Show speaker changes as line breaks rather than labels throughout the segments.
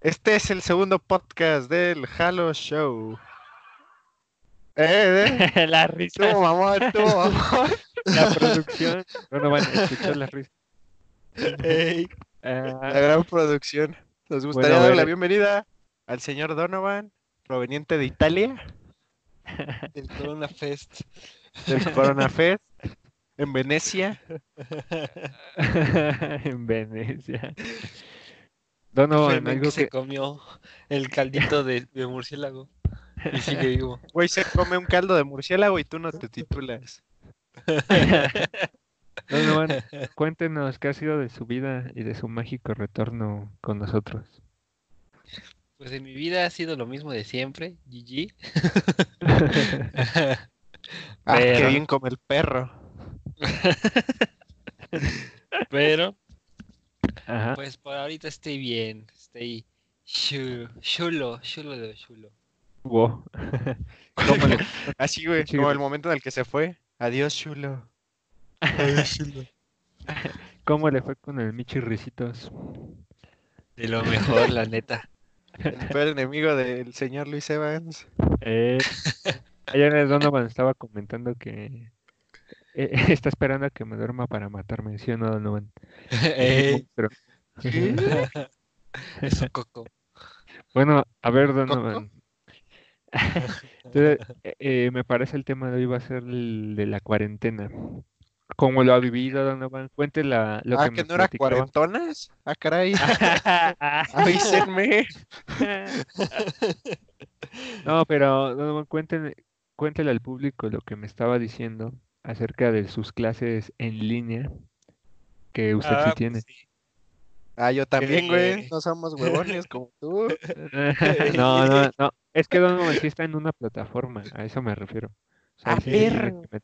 Este es el segundo podcast del Halo Show. Eh, eh.
la risa.
Tú, mamón, tú, mamón.
La producción. No, no van a escuchar las risas.
Ey, la
Ah,
gran producción. Nos gustaría
Bueno, a
dar la
ver.
bienvenida al señor Donovan, proveniente de Italia,
El Corona Fest.
del Corona Fest, en Venecia.
en Venecia. Donovan,
Fermín que
algo
se
que.
comió el caldito de, de murciélago. Y sigue vivo.
Güey, se come un caldo de murciélago y tú no te titulas.
Donovan, cuéntenos qué ha sido de su vida y de su mágico retorno con nosotros.
Pues en mi vida ha sido lo mismo de siempre, GG.
Ah, qué
Pero-
bien come el perro.
Pero
Ajá.
pues por ahorita estoy bien. Estoy chu- chulo, chulo de chulo.
Wow.
Como el- así, güey,
Sí,
como
güey.
el momento en el que se fue. Adiós, chulo.
¿Cómo le fue con el Michi Ricitos?
De lo mejor, la neta.
El peor enemigo del señor Luis Evans.
Eh, ayer Donovan estaba comentando que eh, está esperando a que me duerma para matarme, ¿sí o no, Donovan?
Ey,
Pero-
es un coco.
Bueno, a ver, Donovan. Entonces, eh, eh, me parece el tema de hoy va a ser el de la cuarentena. ¿Cómo lo ha vivido, Donovan? Cuente la, lo
ah,
que
que,
me
no era
platicaba.
cuarentonas. Ah, caray. Avísenme.
No, pero Donovan, cuéntele, cuéntele al público lo que me estaba diciendo acerca de sus clases en línea que usted sí
Ah, pues
tiene.
sí.
Ah, yo también,
Eh.
güey. No somos huevones como tú.
No, no, no. Es que Donovan sí está en una plataforma, a eso me refiero. O sea,
Ah,
sí se tiene
perro.
que met-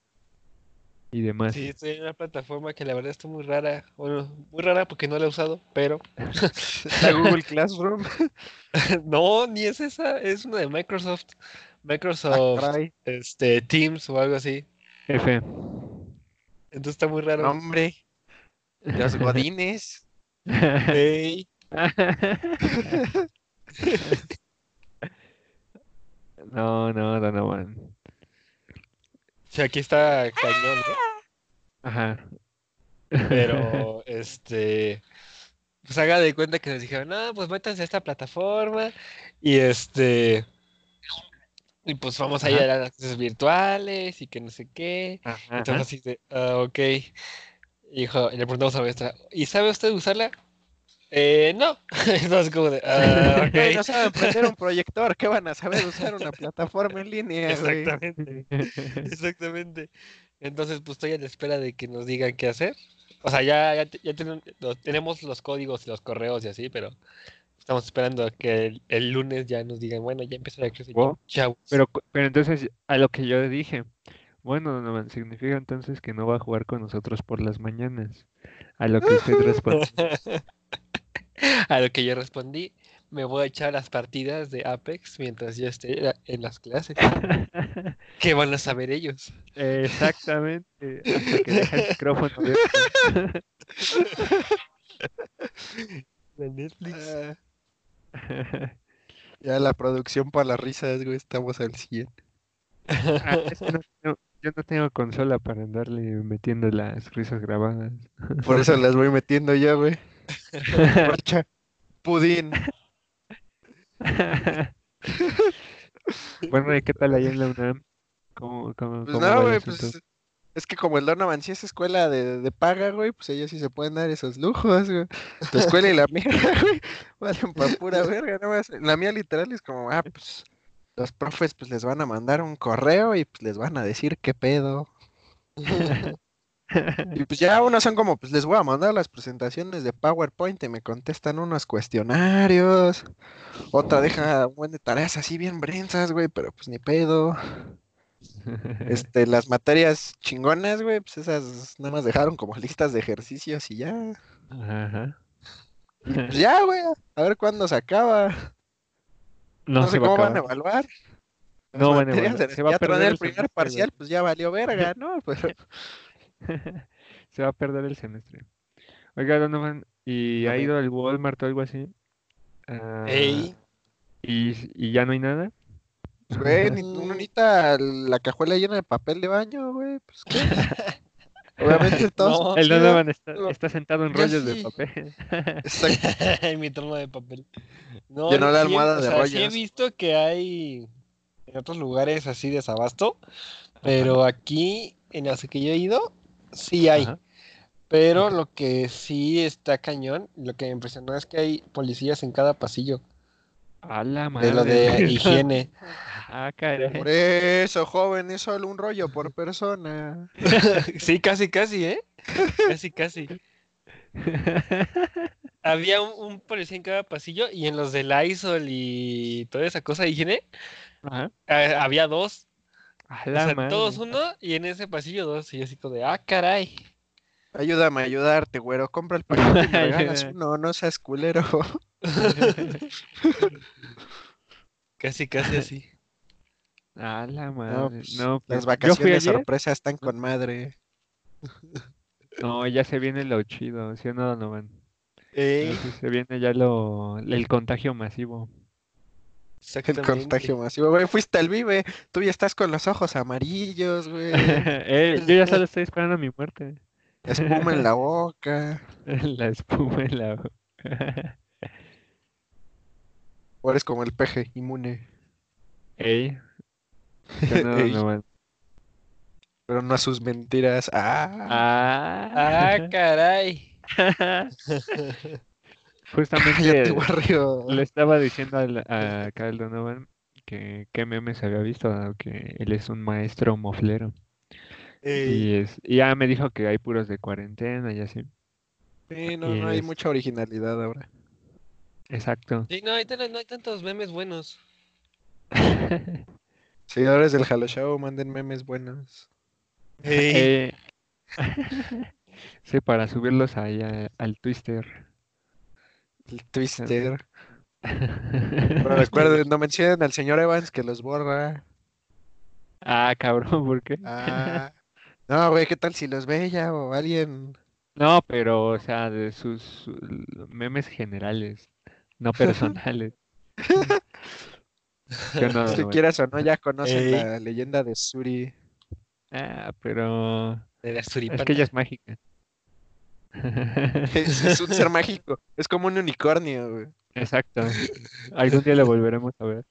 Y demás.
Sí, estoy en una plataforma que la verdad está muy rara. Bueno, muy rara porque no la he usado, pero
Está Google Classroom.
No, ni es esa, es una de Microsoft,
Ah,
Microsoft,
caray.
este, Teams o algo así.
F.
Entonces está muy
No,
raro.
hombre. Los godines.
Ey,
No, no, Donovan.
o sea, aquí está cañón, ¿no?
Ajá.
Pero, este, pues haga de cuenta que nos dijeron, no, pues métanse a esta plataforma y este, y pues vamos a ir
Ajá.
a las clases virtuales y que no sé qué.
Ajá,
Entonces así de, ah, ok. Hijo, y le preguntamos a la maestra, ¿y sabe usted usarla? Eh, no. Entonces como de, ah, ok.
Güey, no saben prender un proyector. ¿Qué van a saber usar una plataforma en línea, güey?
Exactamente, exactamente. Entonces, pues estoy a la espera de que nos digan qué hacer. O sea, ya, ya, te- ya tenemos, los, tenemos los códigos y los correos y así, pero estamos esperando a que el, el lunes ya nos digan, bueno, ya empezó la clase.
Wow.
Chao.
Pero, cu- pero entonces, a lo que yo dije, bueno, Donovan, significa entonces que no va a jugar con nosotros por las mañanas. A lo que usted respondió.
A lo que yo respondí, me voy a echar las partidas de Apex mientras yo esté en la- en las clases. ¿Qué van a saber ellos?
Exactamente. Hasta que deja el micrófono abierto.
De Netflix.
Ah, ya la producción para las risas, güey. Estamos al 100.
Ah, es que no tengo- yo no tengo consola para andarle metiendo las risas grabadas.
Por eso las voy metiendo ya, güey. Guacha, Pudín.
Bueno, ¿y qué tal ahí en la UNAM? ¿Cómo, cómo,
Pues
cómo
no,
va el
güey,
asunto?
pues es que como el Donovan sí es escuela de, de paga, güey, pues ellos sí se pueden dar esos lujos, güey. Tu escuela y la mía, güey, valen para pura verga, no más. La mía literal es como, ah, pues los profes pues les van a mandar un correo y pues les van a decir qué pedo. Y pues ya unos son como, pues les voy a mandar las presentaciones de PowerPoint y me contestan unos cuestionarios. Otra deja un buen de tareas así bien brenzas, güey, pero pues ni pedo. Este, las materias chingonas, güey, pues esas nada más dejaron como listas de ejercicios y ya.
Ajá.
Pues ya, güey, a ver cuándo se acaba.
No,
No,
se
sé
va a
cómo van a
acabar.
evaluar. Las
No van a
materias
evaluar,
de-
se va a
ya
perder
perder
el
el primer
semestre, güey.
parcial, pues ya valió verga, ¿no? Pero
Se va a perder el semestre. Oiga, Donovan, ¿y
A
ha
ver.
ido al Walmart o algo así? Ah,
Ey,
¿y, y ya no hay nada?
Pues, Güey, ni tú no necesitas la cajuela llena de papel de baño, güey. Pues qué. Obviamente todos.
El
chido.
Donovan está,
lo-
está sentado en
yo
rollos de
sí.
papel.
Exacto.
en mi trono de papel. No,
Llenó la
sí he-
almohada
o
de
sea, Sí he
rollos.
visto que hay en otros lugares así desabasto, pero aquí, en las que yo he ido, sí hay.
Ajá.
Pero lo que sí está cañón, lo que me impresionó es que hay policías en cada pasillo
A la madre.
de lo de higiene.
Ah, caray.
Por eso, joven, es solo un rollo por persona.
sí, casi, casi, ¿eh? Casi, casi. Había un, un policía en cada pasillo y en los del ISOL y toda esa cosa de higiene,
Ajá.
eh, había dos.
A
O
la
sea,
madre.
todos uno y en ese pasillo dos. Y yo así como de, ah, caray.
Ayúdame a ayudarte, güero. Compra el paquete y me regalas uno, no seas culero.
Casi, casi así.
A la
No,
madre.
pues,
No,
las
pues, yo fui
vacaciones
ayer.
sorpresa están con madre.
No, ya se viene lo chido, ¿sí o no, Donovan?
Ey,
Ya sí se viene ya lo, el contagio masivo.
El
exactamente.
contagio masivo, güey. Fuiste al vive. Tú ya estás con los ojos amarillos, güey.
Eh, yo ya solo estoy esperando mi muerte.
Espuma en la boca.
La espuma en la boca.
O eres como el peje, inmune.
Ey, ¿qué onda,
Ey.
Donovan?
Pero no a sus mentiras. Ah.
Ah,
Ah, caray.
Ya
Justamente
te barrio.
eh, le estaba diciendo al- a Carl Donovan que qué memes había visto, dado que él es un maestro moflero.
Ey,
Y, es, y ya me dijo que hay puros de cuarentena y así.
Sí, no, no hay
es-
mucha originalidad ahora.
Exacto.
Sí, no, ahorita no, no hay tantos memes buenos.
Seguidores del Halo Show, manden memes buenos.
Ey,
Eh, sí, para subirlos ahí a- al Twister.
El Twister. Pero recuerden, no mencionen al señor Evans que los borra.
Ah, cabrón, ¿por qué?
Ah. No, güey, ¿qué tal si los ve ya o alguien?
No, pero, o sea, de sus su- l- memes generales, no personales. ¿Qué onda,
Si
Donovan?
quieras o no, ya conocen
Ey.
la leyenda de Suri.
Ah, pero
de las
es
suripatas.
que ella es mágica.
Es, es un ser mágico. Es como un unicornio, güey.
Exacto. Algún día lo volveremos a ver.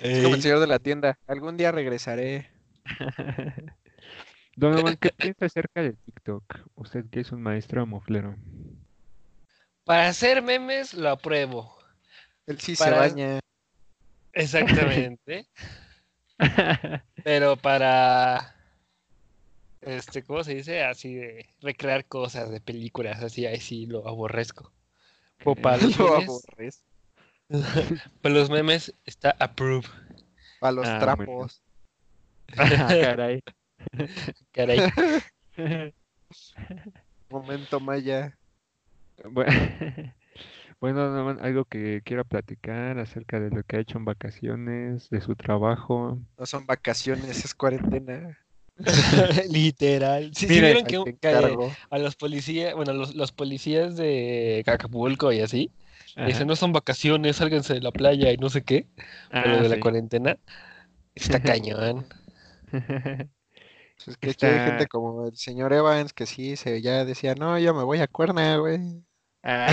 Es como el
Ey.
señor de la tienda. Algún día regresaré.
Donovan, ¿qué piensa acerca de TikTok? Usted que es un maestro moflero.
Para hacer memes lo apruebo.
Él sí
Para-
se baña.
Exactamente. Pero para. Este, ¿cómo se dice? Así de recrear cosas de películas, así, ahí sí lo aborrezco. O para los
Lo
memes,
aborrece.
para Pues los memes está approve.
A los
Ah, muy
trapos.
Ah, caray.
Caray.
Momento maya.
Bue- Bueno, Donovan, algo que quiera platicar acerca de lo que ha hecho en vacaciones, de su trabajo.
No son vacaciones, es cuarentena.
Literal. Sí, sí
Mire,
vieron
Ahí
que,
te
un- que
encargo.
a los policías, bueno, los, los policías de Acapulco y así, le
Ajá.
dicen, no son vacaciones, sálganse de la playa y no sé qué, pero
Ah,
de la
sí.
cuarentena. Está cañón.
Pues que aquí hay gente
Está-
como el señor Evans que sí se ya decía, no, yo me voy a Cuerna, güey.
Ah.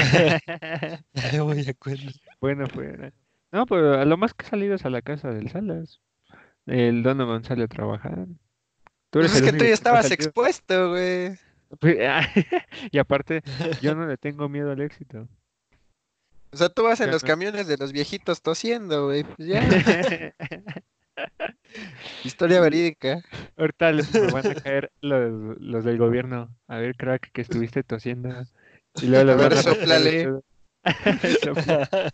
Ay, voy de acuerdo.
Bueno, fuera. No, pero a lo más que he salido es a la casa del Salas. El Donovan sale a trabajar. Tú
Pues
eres
es
el
que tú
único
ya
no ha
estabas
salido.
expuesto, güey.
Pues, ah, Y aparte, yo no le tengo miedo al éxito.
O sea, tú vas en los
Claro.
camiones de los viejitos tosiendo, güey. Pues ya, historia verídica.
Ahorita les me van a caer los, los del gobierno. A ver, crack, que estuviste tosiendo. Y luego
A
los
ver,
van a retar
sóplale.
ustedes. Sopla.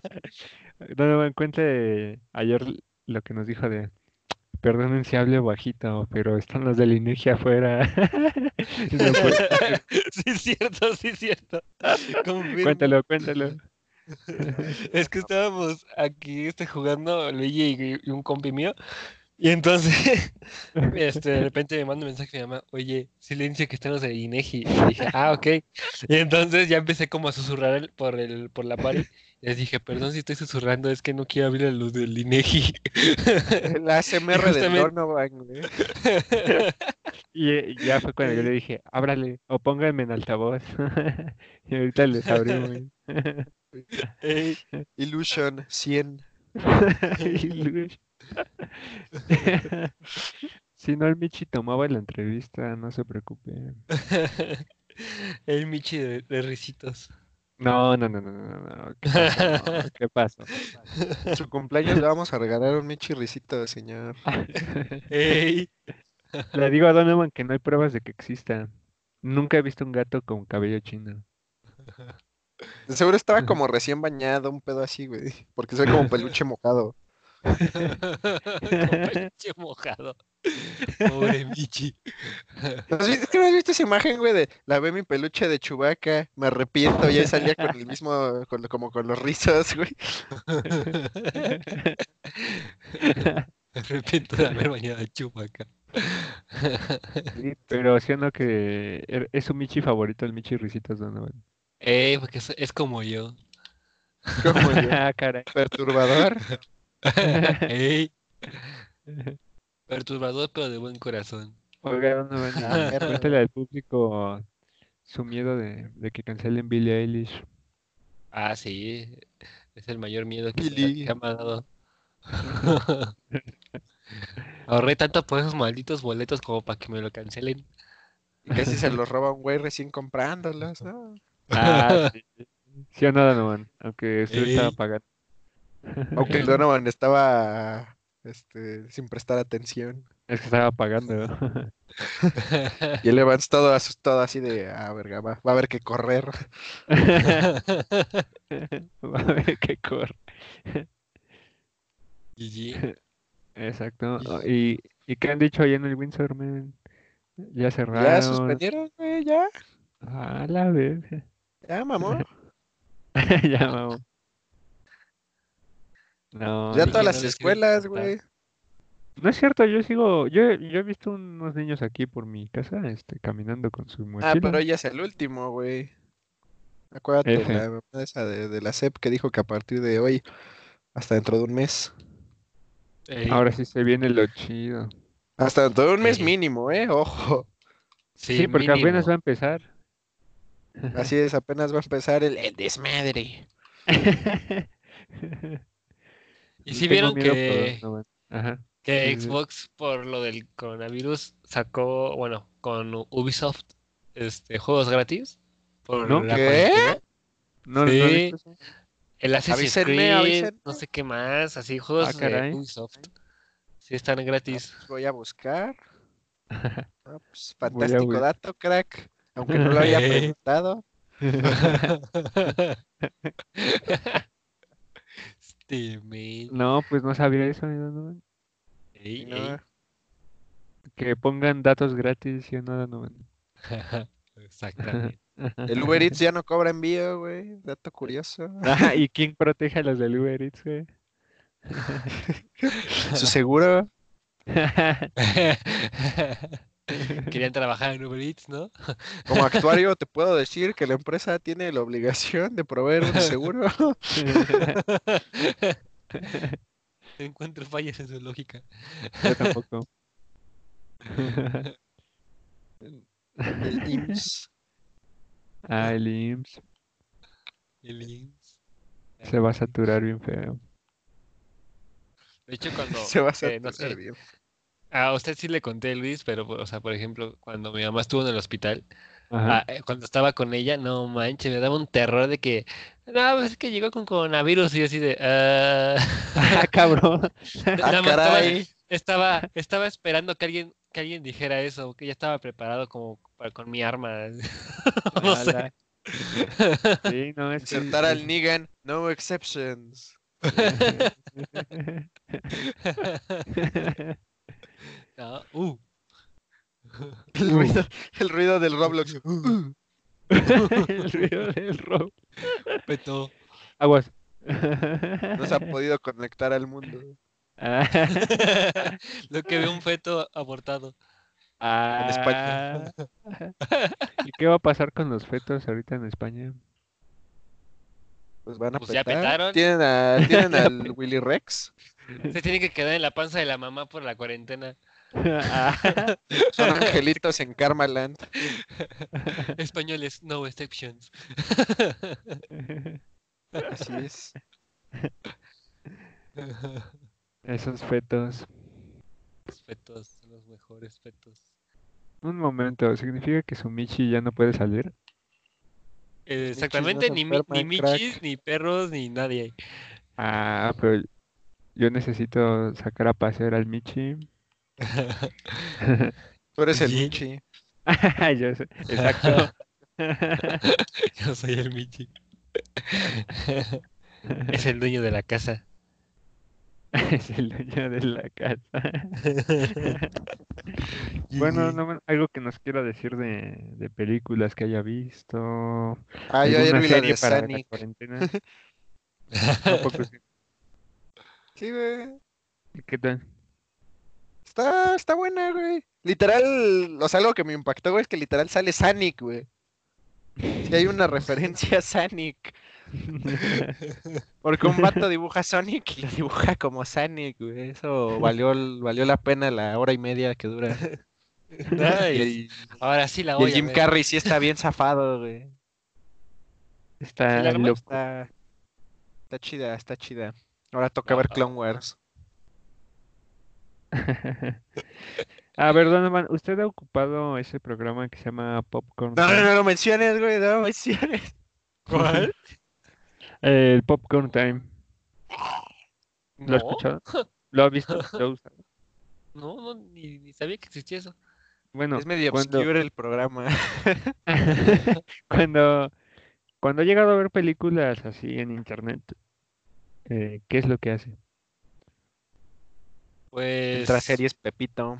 Donovan, cuente ayer lo que nos dijo de. Perdonen si hablo bajito, pero están los del INEGI afuera. Y no puede-
sí, es cierto, sí, es cierto. Confirmo.
cuéntalo, cuéntalo.
Es que estábamos aquí este, jugando Luigi y, y un compi mío. Y entonces, este, de repente me manda un mensaje mi mamá, oye, silencio que están los de Inegi. Y dije, ah, ok. Y entonces ya empecé como a susurrar el- por el, por la party. Y les dije, perdón si estoy susurrando, es que no quiero abrir la luz del Inegi.
El ASMR del
Justamente.
Donovan, güey.
Y eh, ya fue cuando yo le dije, ábrale o pónganme en altavoz. Y ahorita les abrimos.
Ey,
Illusion 100.
Y luego- Si no, el Michi tomaba la entrevista, no se preocupen.
el Michi de, de risitos.
No, no, no, no, no, no, no, ¿qué pasó? No, ¿Qué pasó?
Su cumpleaños le vamos a regalar un Michi Risito, señor.
Ey,
Le digo a Donovan que no hay pruebas de que exista. Nunca he visto un gato con cabello chino.
De seguro estaba como recién bañado, un pedo así, güey. Porque se ve como peluche mojado.
como pinche mojado. Pobre Michi.
¿No has vi- ¿Es que no has visto esa imagen, güey? De la ve mi peluche de Chubaca, me arrepiento. Y ahí salía con el mismo, con- como con los rizos, güey.
Me arrepiento de haber bañado a Chubaca.
Sí, Pero sí o no que er- es su Michi favorito, el Michi Risitos Donovan.
Ey, porque es, es como yo.
Como yo.
Ah, caray.
Perturbador.
Ey. Perturbador, pero de buen corazón.
Oiga, Donovan,
Ah,
y cuéntale al público su miedo de, de que cancelen Billie Eilish.
Ah, sí. Es el mayor miedo que,
Billy.
me, que me ha dado. Ahorré tanto por esos malditos boletos como para que me lo cancelen.
Y casi se los roba un güey recién comprándolos, ¿no?
Ah, sí. Sí o no, Donovan, aunque usted estaba
Ey.
pagando.
Aunque el Donovan estaba este, sin prestar atención.
Es que estaba pagando.
Y el Evans todo asustado así de, ah, verga, va, va a haber que correr.
Va a ver qué corre.
GG.
Exacto.
Sí,
Oh, ¿Y, ¿Y qué han dicho ahí en el Windsor, man? Ya cerraron.
Ya suspendieron, güey, ya,
A la vez.
ya, mamón.
ya, vamos. No,
Ya
no.
todas
no
las
les creo.
escuelas, güey.
No es cierto, yo sigo, yo, yo he visto unos niños aquí por mi casa, este, caminando con su
Ah, pero
mochila.
ella es el último, güey. Acuérdate,
Eje.
la mamá esa de, de la CEP que dijo que a partir de hoy, hasta dentro de un mes.
Ey,
Ahora sí se viene lo chido.
Hasta dentro de un mes
Sí.
mínimo, eh, ojo.
Sí, porque apenas va a empezar.
Así es, apenas va a empezar el, el desmadre.
Y si
Mm, Tengo
vieron
miedo,
que,
pero no, bueno. Ajá.
que
Sí, sí.
Xbox por lo del coronavirus sacó, bueno, con Ubisoft, este, juegos gratis por
¿No?
la
¿Qué?
cuarentena.
No, no he
Sí.
visto eso.
El Assassin's
Avísenme,
Creed,
avísenme.
no sé qué más, así juegos
Ah,
de
caray.
Ubisoft. Sí están gratis.
Pues Voy a buscar. Ah, pues,
Voy a
fantástico
buscar.
dato, crack. Aunque no lo había
Eh.
preguntado.
Este men,
No, pues no sabía eso, mi Donovan.
ey,
y
ey.
no,
Que pongan datos gratis y nada, no. man.
Exactamente.
El Uber Eats ya no cobra envío, güey. Dato curioso.
Ajá, ¿y quién protege a los del Uber Eats, güey?
Su seguro.
Querían trabajar en Uber Eats, ¿no?
Como actuario te puedo decir que la empresa tiene la obligación de proveer un seguro.
No encuentro fallas en su lógica.
Yo tampoco.
El IMSS.
Ah, el IMSS
El IMSS.
se va a saturar bien feo.
De hecho, cuando.
Se va a hacer
eh, no sé, a usted sí le conté, Luis, pero, o sea, por ejemplo, cuando mi mamá estuvo en el hospital,
Ajá.
ah, eh, cuando estaba con ella, no manches, me daba un terror de que. No, pues es que llegó con coronavirus y yo así de. "Ah".
Ah, cabrón.
Ah,
Nada más estaba-
caray.
Estaba, estaba esperando que alguien, que alguien dijera eso, que ya estaba preparado como para- con mi arma. No sé.
Ala. Sí, no, es que-
Insertar al Negan. No exceptions.
No, uh.
El
Uh.
ruido, el ruido del Roblox. Uh.
el ruido del rock.
Petó.
Aguas.
No se ha podido conectar al mundo.
Ah,
Lo que ve un feto abortado.
ah,
España.
¿Y qué va a pasar con los fetos ahorita en España?
Pues van a
Pues ya
petar.
petaron.
Tienen, a- tienen al Willy Rex.
Se tiene que quedar en la panza de la mamá por la cuarentena.
Ah,
Son angelitos en Karmaland.
Españoles, no exceptions.
Así es.
Esos fetos.
Los fetos son los mejores fetos.
Un momento, ¿significa que su Michi ya no puede salir?
Eh,
michis no
Exactamente,
se
ni, mi- ni
enferman, crack.
michis, ni perros, ni nadie.
Ah, pero yo necesito sacar a pasear al Michi.
Tú eres el
Sí.
Michi.
Yo sé, exacto.
Yo soy el Michi. es el dueño de la casa.
Es el dueño de la casa. Bueno, no me- algo que nos quiera decir de, de películas que haya visto.
Ah, yo ayer
alguna
vi la de
serie para la
Sonic.
cuarentena. Un poco sí.
Sí, güey.
¿Y ¿Qué tal?
Está, está buena, güey. Literal, o sea, algo que me impactó, güey, es que literal sale Sonic, güey. Si hay una referencia a Sonic. Porque un vato dibuja Sonic y lo dibuja como Sonic, güey. Eso valió, el- valió la pena la hora y media que dura. Y el,
Nice.
y
Ahora sí la
el
voy a
Jim
ver.
Carrey sí está bien zafado, güey.
Está
¿Sí la armas?
loco.
Está, está chida, está chida. Ahora toca ver Clone Wars.
A ver, Donovan, ¿usted ha ocupado ese programa que se llama Popcorn
No, no,
Time?
no lo menciones, güey, no lo menciones.
¿Cuál?
El Popcorn Time. ¿Lo ha
No,
escuchado? ¿Lo ha visto? ¿Lo usa?
no, no, ni, ni sabía que existía eso.
Bueno,
es medio
cuando-
obscure el programa.
Cuando, cuando he llegado a ver películas así en internet, eh, ¿qué es lo que hace?
Pues
Entra series Pepito.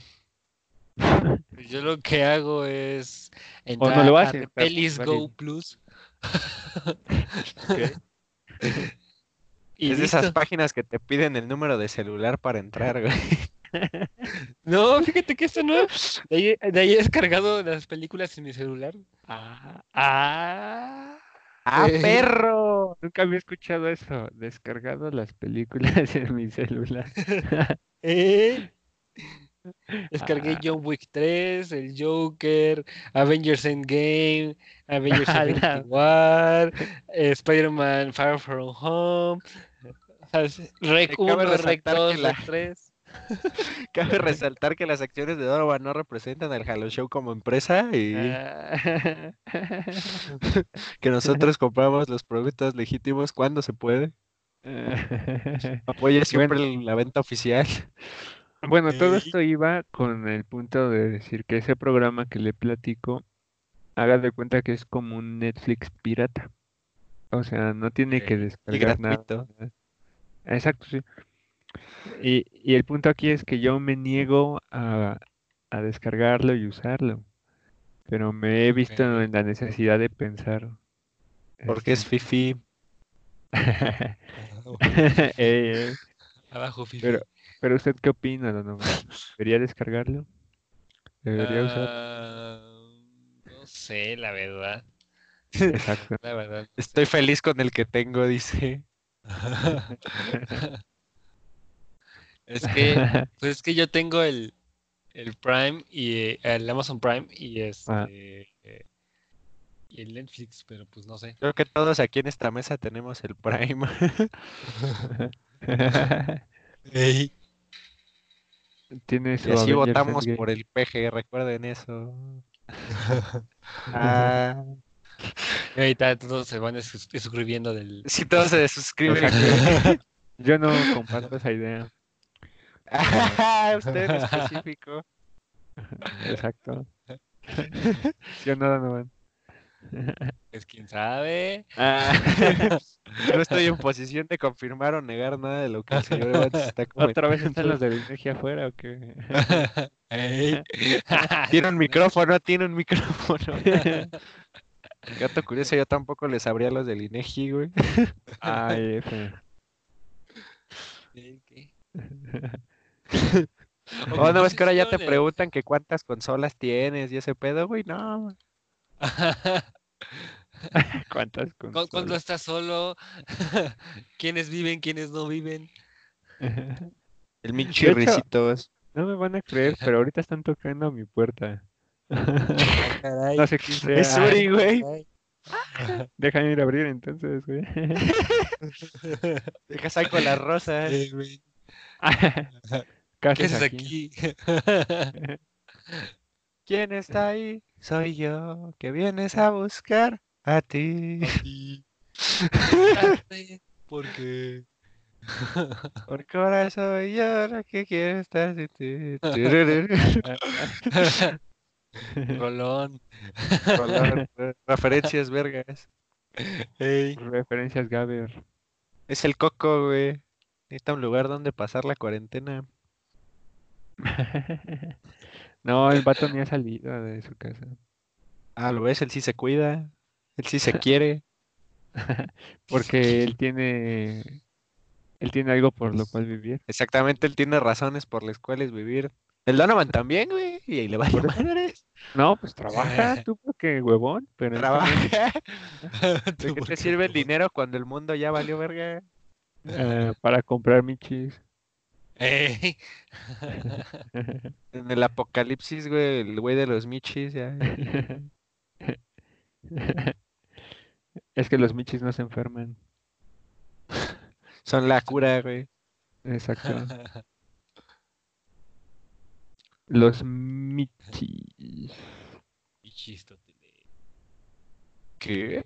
yo lo que hago es
no
entrar
lo
a
hace, pero
Pelis
es
Go
válido.
Plus.
¿Qué?
Y
es de esas
listo.
páginas que te piden el número de celular para entrar, güey.
No, fíjate que esto no. De ahí, de ahí he descargado las películas en mi celular.
Ah, ah,
¡Ah,
Eh.
perro!
nunca había escuchado eso. Descargado las películas en mi celular.
¿Eh? Descargué
Ah.
John Wick 3, el Joker, Avengers Endgame, Avengers
A la-
Infinity War, eh, Spider-Man Far From Home, ¿sabes? Rec
Me cabe
1, Rec
resaltar que
2,
la-
Rec 3.
Cabe resaltar que las acciones de Donovan no representan al Halo Show como empresa y
Ah,
que nosotros compramos los productos legítimos cuando se puede.
Eh,
Apoya siempre el- la venta oficial.
Bueno, todo
Ok.
esto iba con el punto de decir que ese programa que le platico, haga de cuenta que es como un Netflix pirata. O sea, no tiene que
Y
descargar nada.
gratuito.
Exacto, sí. Y, y el punto aquí es que yo me niego a, a descargarlo y usarlo, pero me he visto
Ok.
en la necesidad de pensar.
Porque es
este,
fifi.
eh, eh,
Abajo, Fifi.
Pero, pero usted qué opina, Donovan? ¿Debería descargarlo? ¿Debería usarlo?
Ah, no sé, la verdad.
Exacto.
La verdad.
Estoy feliz con el que tengo, dice.
Es que Pues es que yo tengo el, el Prime y eh, el Amazon Prime y
Ah.
este eh, y el Netflix, pero pues no sé.
Creo que todos aquí en esta mesa tenemos el Prime.
Tiene su
Y así
Avengers
votamos
Endgame.
por el PG, recuerden eso. Ah,
Y ahorita todos se van sus- suscribiendo del
si todos se suscriben.
Exacto. Yo no comparto esa idea.
Ah, usted en específico.
Exacto. Yo no, Donovan.
pues quién sabe.
Ah. No estoy en posición de confirmar o negar nada de lo que el señor Evans está
¿Otra
comentando.
vez están los de energía afuera o qué?
Ey.
Tiene un micrófono, tiene un micrófono. Gato curioso, yo tampoco le sabría los del INEGI, güey.
Ay, F.
Ey, ¿qué?
Oh, no, es que ahora ya te preguntan que cuántas consolas tienes y ese pedo, güey, no. ¿Cuántas
Cu- Cuando
consolas?
estás solo, quiénes viven, quiénes no viven.
El
De hecho-
Michirricitos.
No me van a creer, pero ahorita están tocando a mi puerta.
Caray,
No sé quién sea.
Es Uri, güey.
caray.
Déjame ir a abrir entonces, güey.
Deja saco las rosas.
Eh, güey,
¿Qué
¿Qué
haces
haces
aquí?
aquí?
¿Quién está ahí? Soy yo, que vienes a buscar a ti.
Y- Porque
Porque ahora soy yo la que quiero estar sin ti.
Rolón.
Color, eh, Referencias, vergas.
Ey,
Referencias Gaber.
Es el coco, güey. Necesita un lugar donde pasar la cuarentena.
No, el vato ni ha salido de su casa.
Ah, lo ves, él sí se cuida. Él sí se quiere.
Porque él tiene. Él tiene algo por lo cual vivir.
Exactamente, él tiene razones por las cuales vivir. El Donovan también, güey. Y ahí le vale madres.
No, pues trabaja tú porque huevón, pero él
Trabaja. ¿De
tú
qué te
porque
sirve el
tú-
dinero cuando el mundo ya valió verga?
también, eh, para comprar michis.
Ey.
En el apocalipsis, güey, el güey de los michis, ya.
Es que los michis no se enferman.
Son la cura, güey.
Exacto. Los michis.
Y chisto tiene.
¿Qué?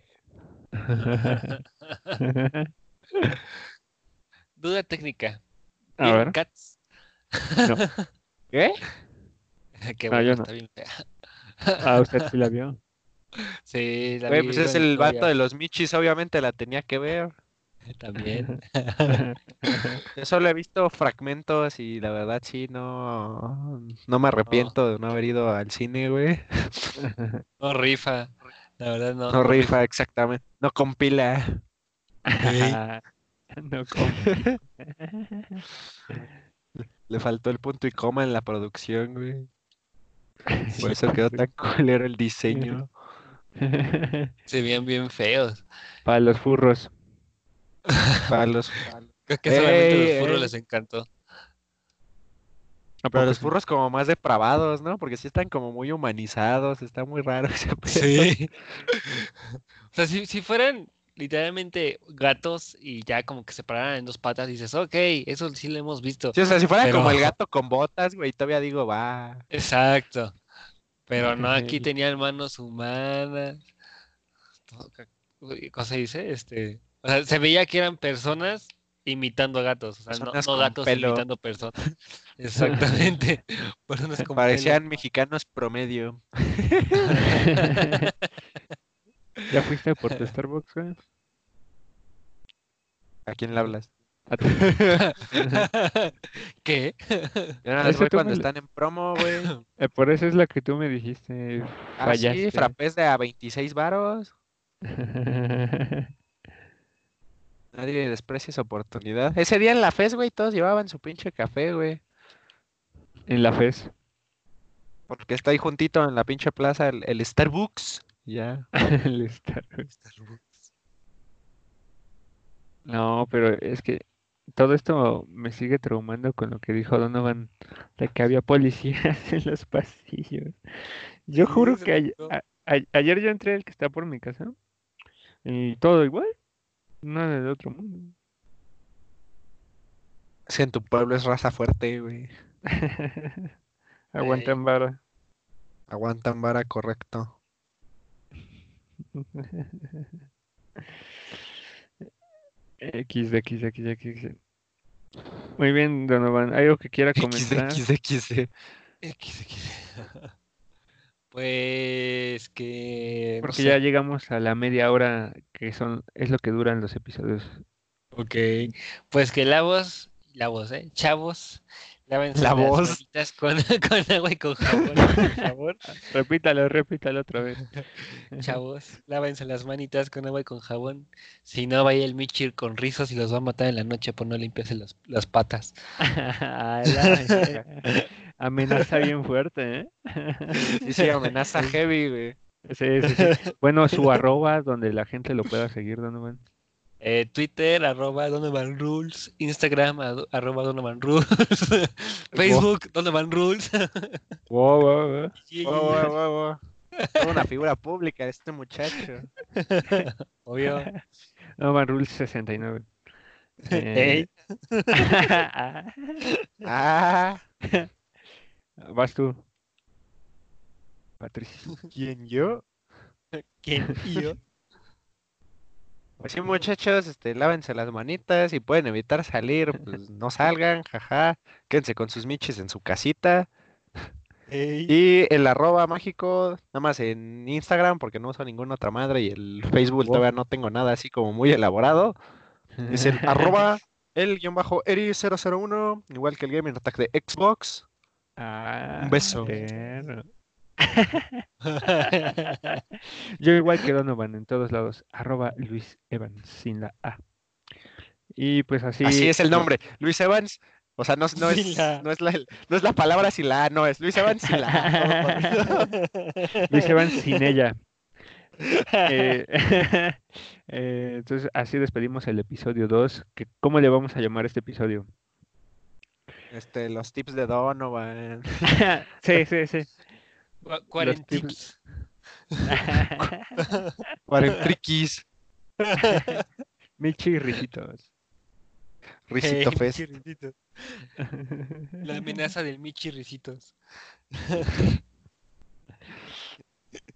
Duda técnica.
A
¿Vieron
ver.
Cats?
¿Qué?
Qué
No,
bueno,
yo no.
está bien fea.
Ah, usted sí la vio.
Sí, la
Güey,
vi,
pues
vi
es
la
el vato
historia.
de los michis, obviamente la tenía que ver.
También.
Yo solo he visto fragmentos y la verdad sí, no, no me arrepiento de no haber ido al cine, güey.
No rifa. La verdad no.
No rifa, exactamente. No compila.
Ey.
Ah, No como.
Le faltó el punto y coma en la producción, güey. Por eso quedó tan culero el diseño.
Se veían bien feos.
Para los furros.
Palos.
Creo que solamente
Ey,
los furros
ey.
les encantó.
¿A
Pero
poco
los
sí?
furros como más depravados, ¿no? Porque sí están como muy humanizados, está muy raro ese pedo.
Sí. o sea, si, si fueran literalmente gatos y ya como que se pararan en dos patas, dices, ok, eso sí lo hemos visto.
Sí, o sea, si fuera
Pero-
como el gato con botas, güey, todavía digo, va.
Exacto. Pero no, aquí
Ey.
tenían manos humanas. Todo ca- uy, ¿Cómo se dice? Este, o sea, se veía que eran personas imitando a gatos. O sea, no-
Personas
no,
con
gatos
pelo.
imitando personas. Exactamente. Personas con pelo.
Parecían mexicanos promedio.
¿Ya fuiste por tu Starbucks, güey?
¿A quién le hablas?
A tu-
¿Qué?
Yo nada más
Ese
voy
tú me
cuando
lo-
están en promo, güey.
eh, por eso es la que tú me dijiste.
Ah, sí,
Fallaste.
frappés de a 26 varos. Nadie desprecia esa oportunidad. Ese día en la FES, güey, todos llevaban su pinche café, güey.
en la FES.
Porque está ahí juntito en la pinche plaza el, el Starbucks. Ya.
El Starbucks. No, pero es que todo esto me sigue traumando con lo que dijo Donovan, de que había policías en los pasillos. Yo
Sí,
juro
se
que
me
ay-
olvidó.
a- a- ayer yo entré el que está por mi casa y todo igual, nada del otro mundo.
Si en tu pueblo es raza fuerte, güey.
Aguantan vara.
Aguantan vara, correcto.
X de X de X de X de. Muy bien, Donovan, ¿algo que quiera
¿eh?
comentar?
XDXD.
XXL. Pues que. no
Porque
sé.
ya llegamos a la media hora que son, es lo que duran los episodios.
Ok, pues que Lavos, Lavos, ¿eh? Chavos, Lávense
La
las
voz.
manitas Con, con agua y con jabón, por favor.
Repítalo, repítalo otra vez.
Chavos, lávense las manitas con agua y con jabón. Si no, vaya el Michir con rizos y los va a matar en la noche por no limpiarse las, las patas.
Ah, la- Amenaza bien fuerte, ¿eh?
Sí, sí, amenaza heavy, güey.
Sí, sí, sí. Bueno, su arroba donde la gente lo pueda seguir, Donovan.
Eh, Twitter, arroba Donovan Rules. Instagram, ado- arroba Donovan Rules. Facebook, Donovan Rules.
Wow, wow, wow.
Wow, wow, wow, wow. Toda una figura pública este muchacho.
Obvio.
Donovan Rules 69.
Ey.
Eh,
Ah,
Vas tú. Patricio.
¿quién yo?
¿Quién? Y yo.
Pues sí, muchachos, este, lávense las manitas y pueden evitar salir, pues no salgan, jaja. Quédense con sus michis en su casita. Y el arroba mágico, nada más en Instagram, porque no uso ninguna otra madre y el Facebook
Wow.
todavía no tengo nada así como muy elaborado. Es el arroba el guión bajo Eri001, igual que el Gaming Attack de Xbox.
Ah,
Un beso.
perro. Yo igual que Donovan en todos lados. Arroba Luis Evans sin la A. Y pues así.
Así es el nombre, Luis Evans. O sea, no, es- no,
Sin
es,
la A.
no, es la, no es la palabra sin la A, no, es Luis Evans sin la A. todo corrido.
Luis Evans sin ella. Eh, eh, entonces así despedimos el episodio 2. que- ¿Cómo le vamos a llamar este episodio?
Este, los tips de Donovan.
sí, sí, sí.
Cu- cuarentips.
Para triquis,
Michi y Rijitos.
Risito
Ey,
Fest.
Michi Ricitos. La amenaza del Michi Ricitos.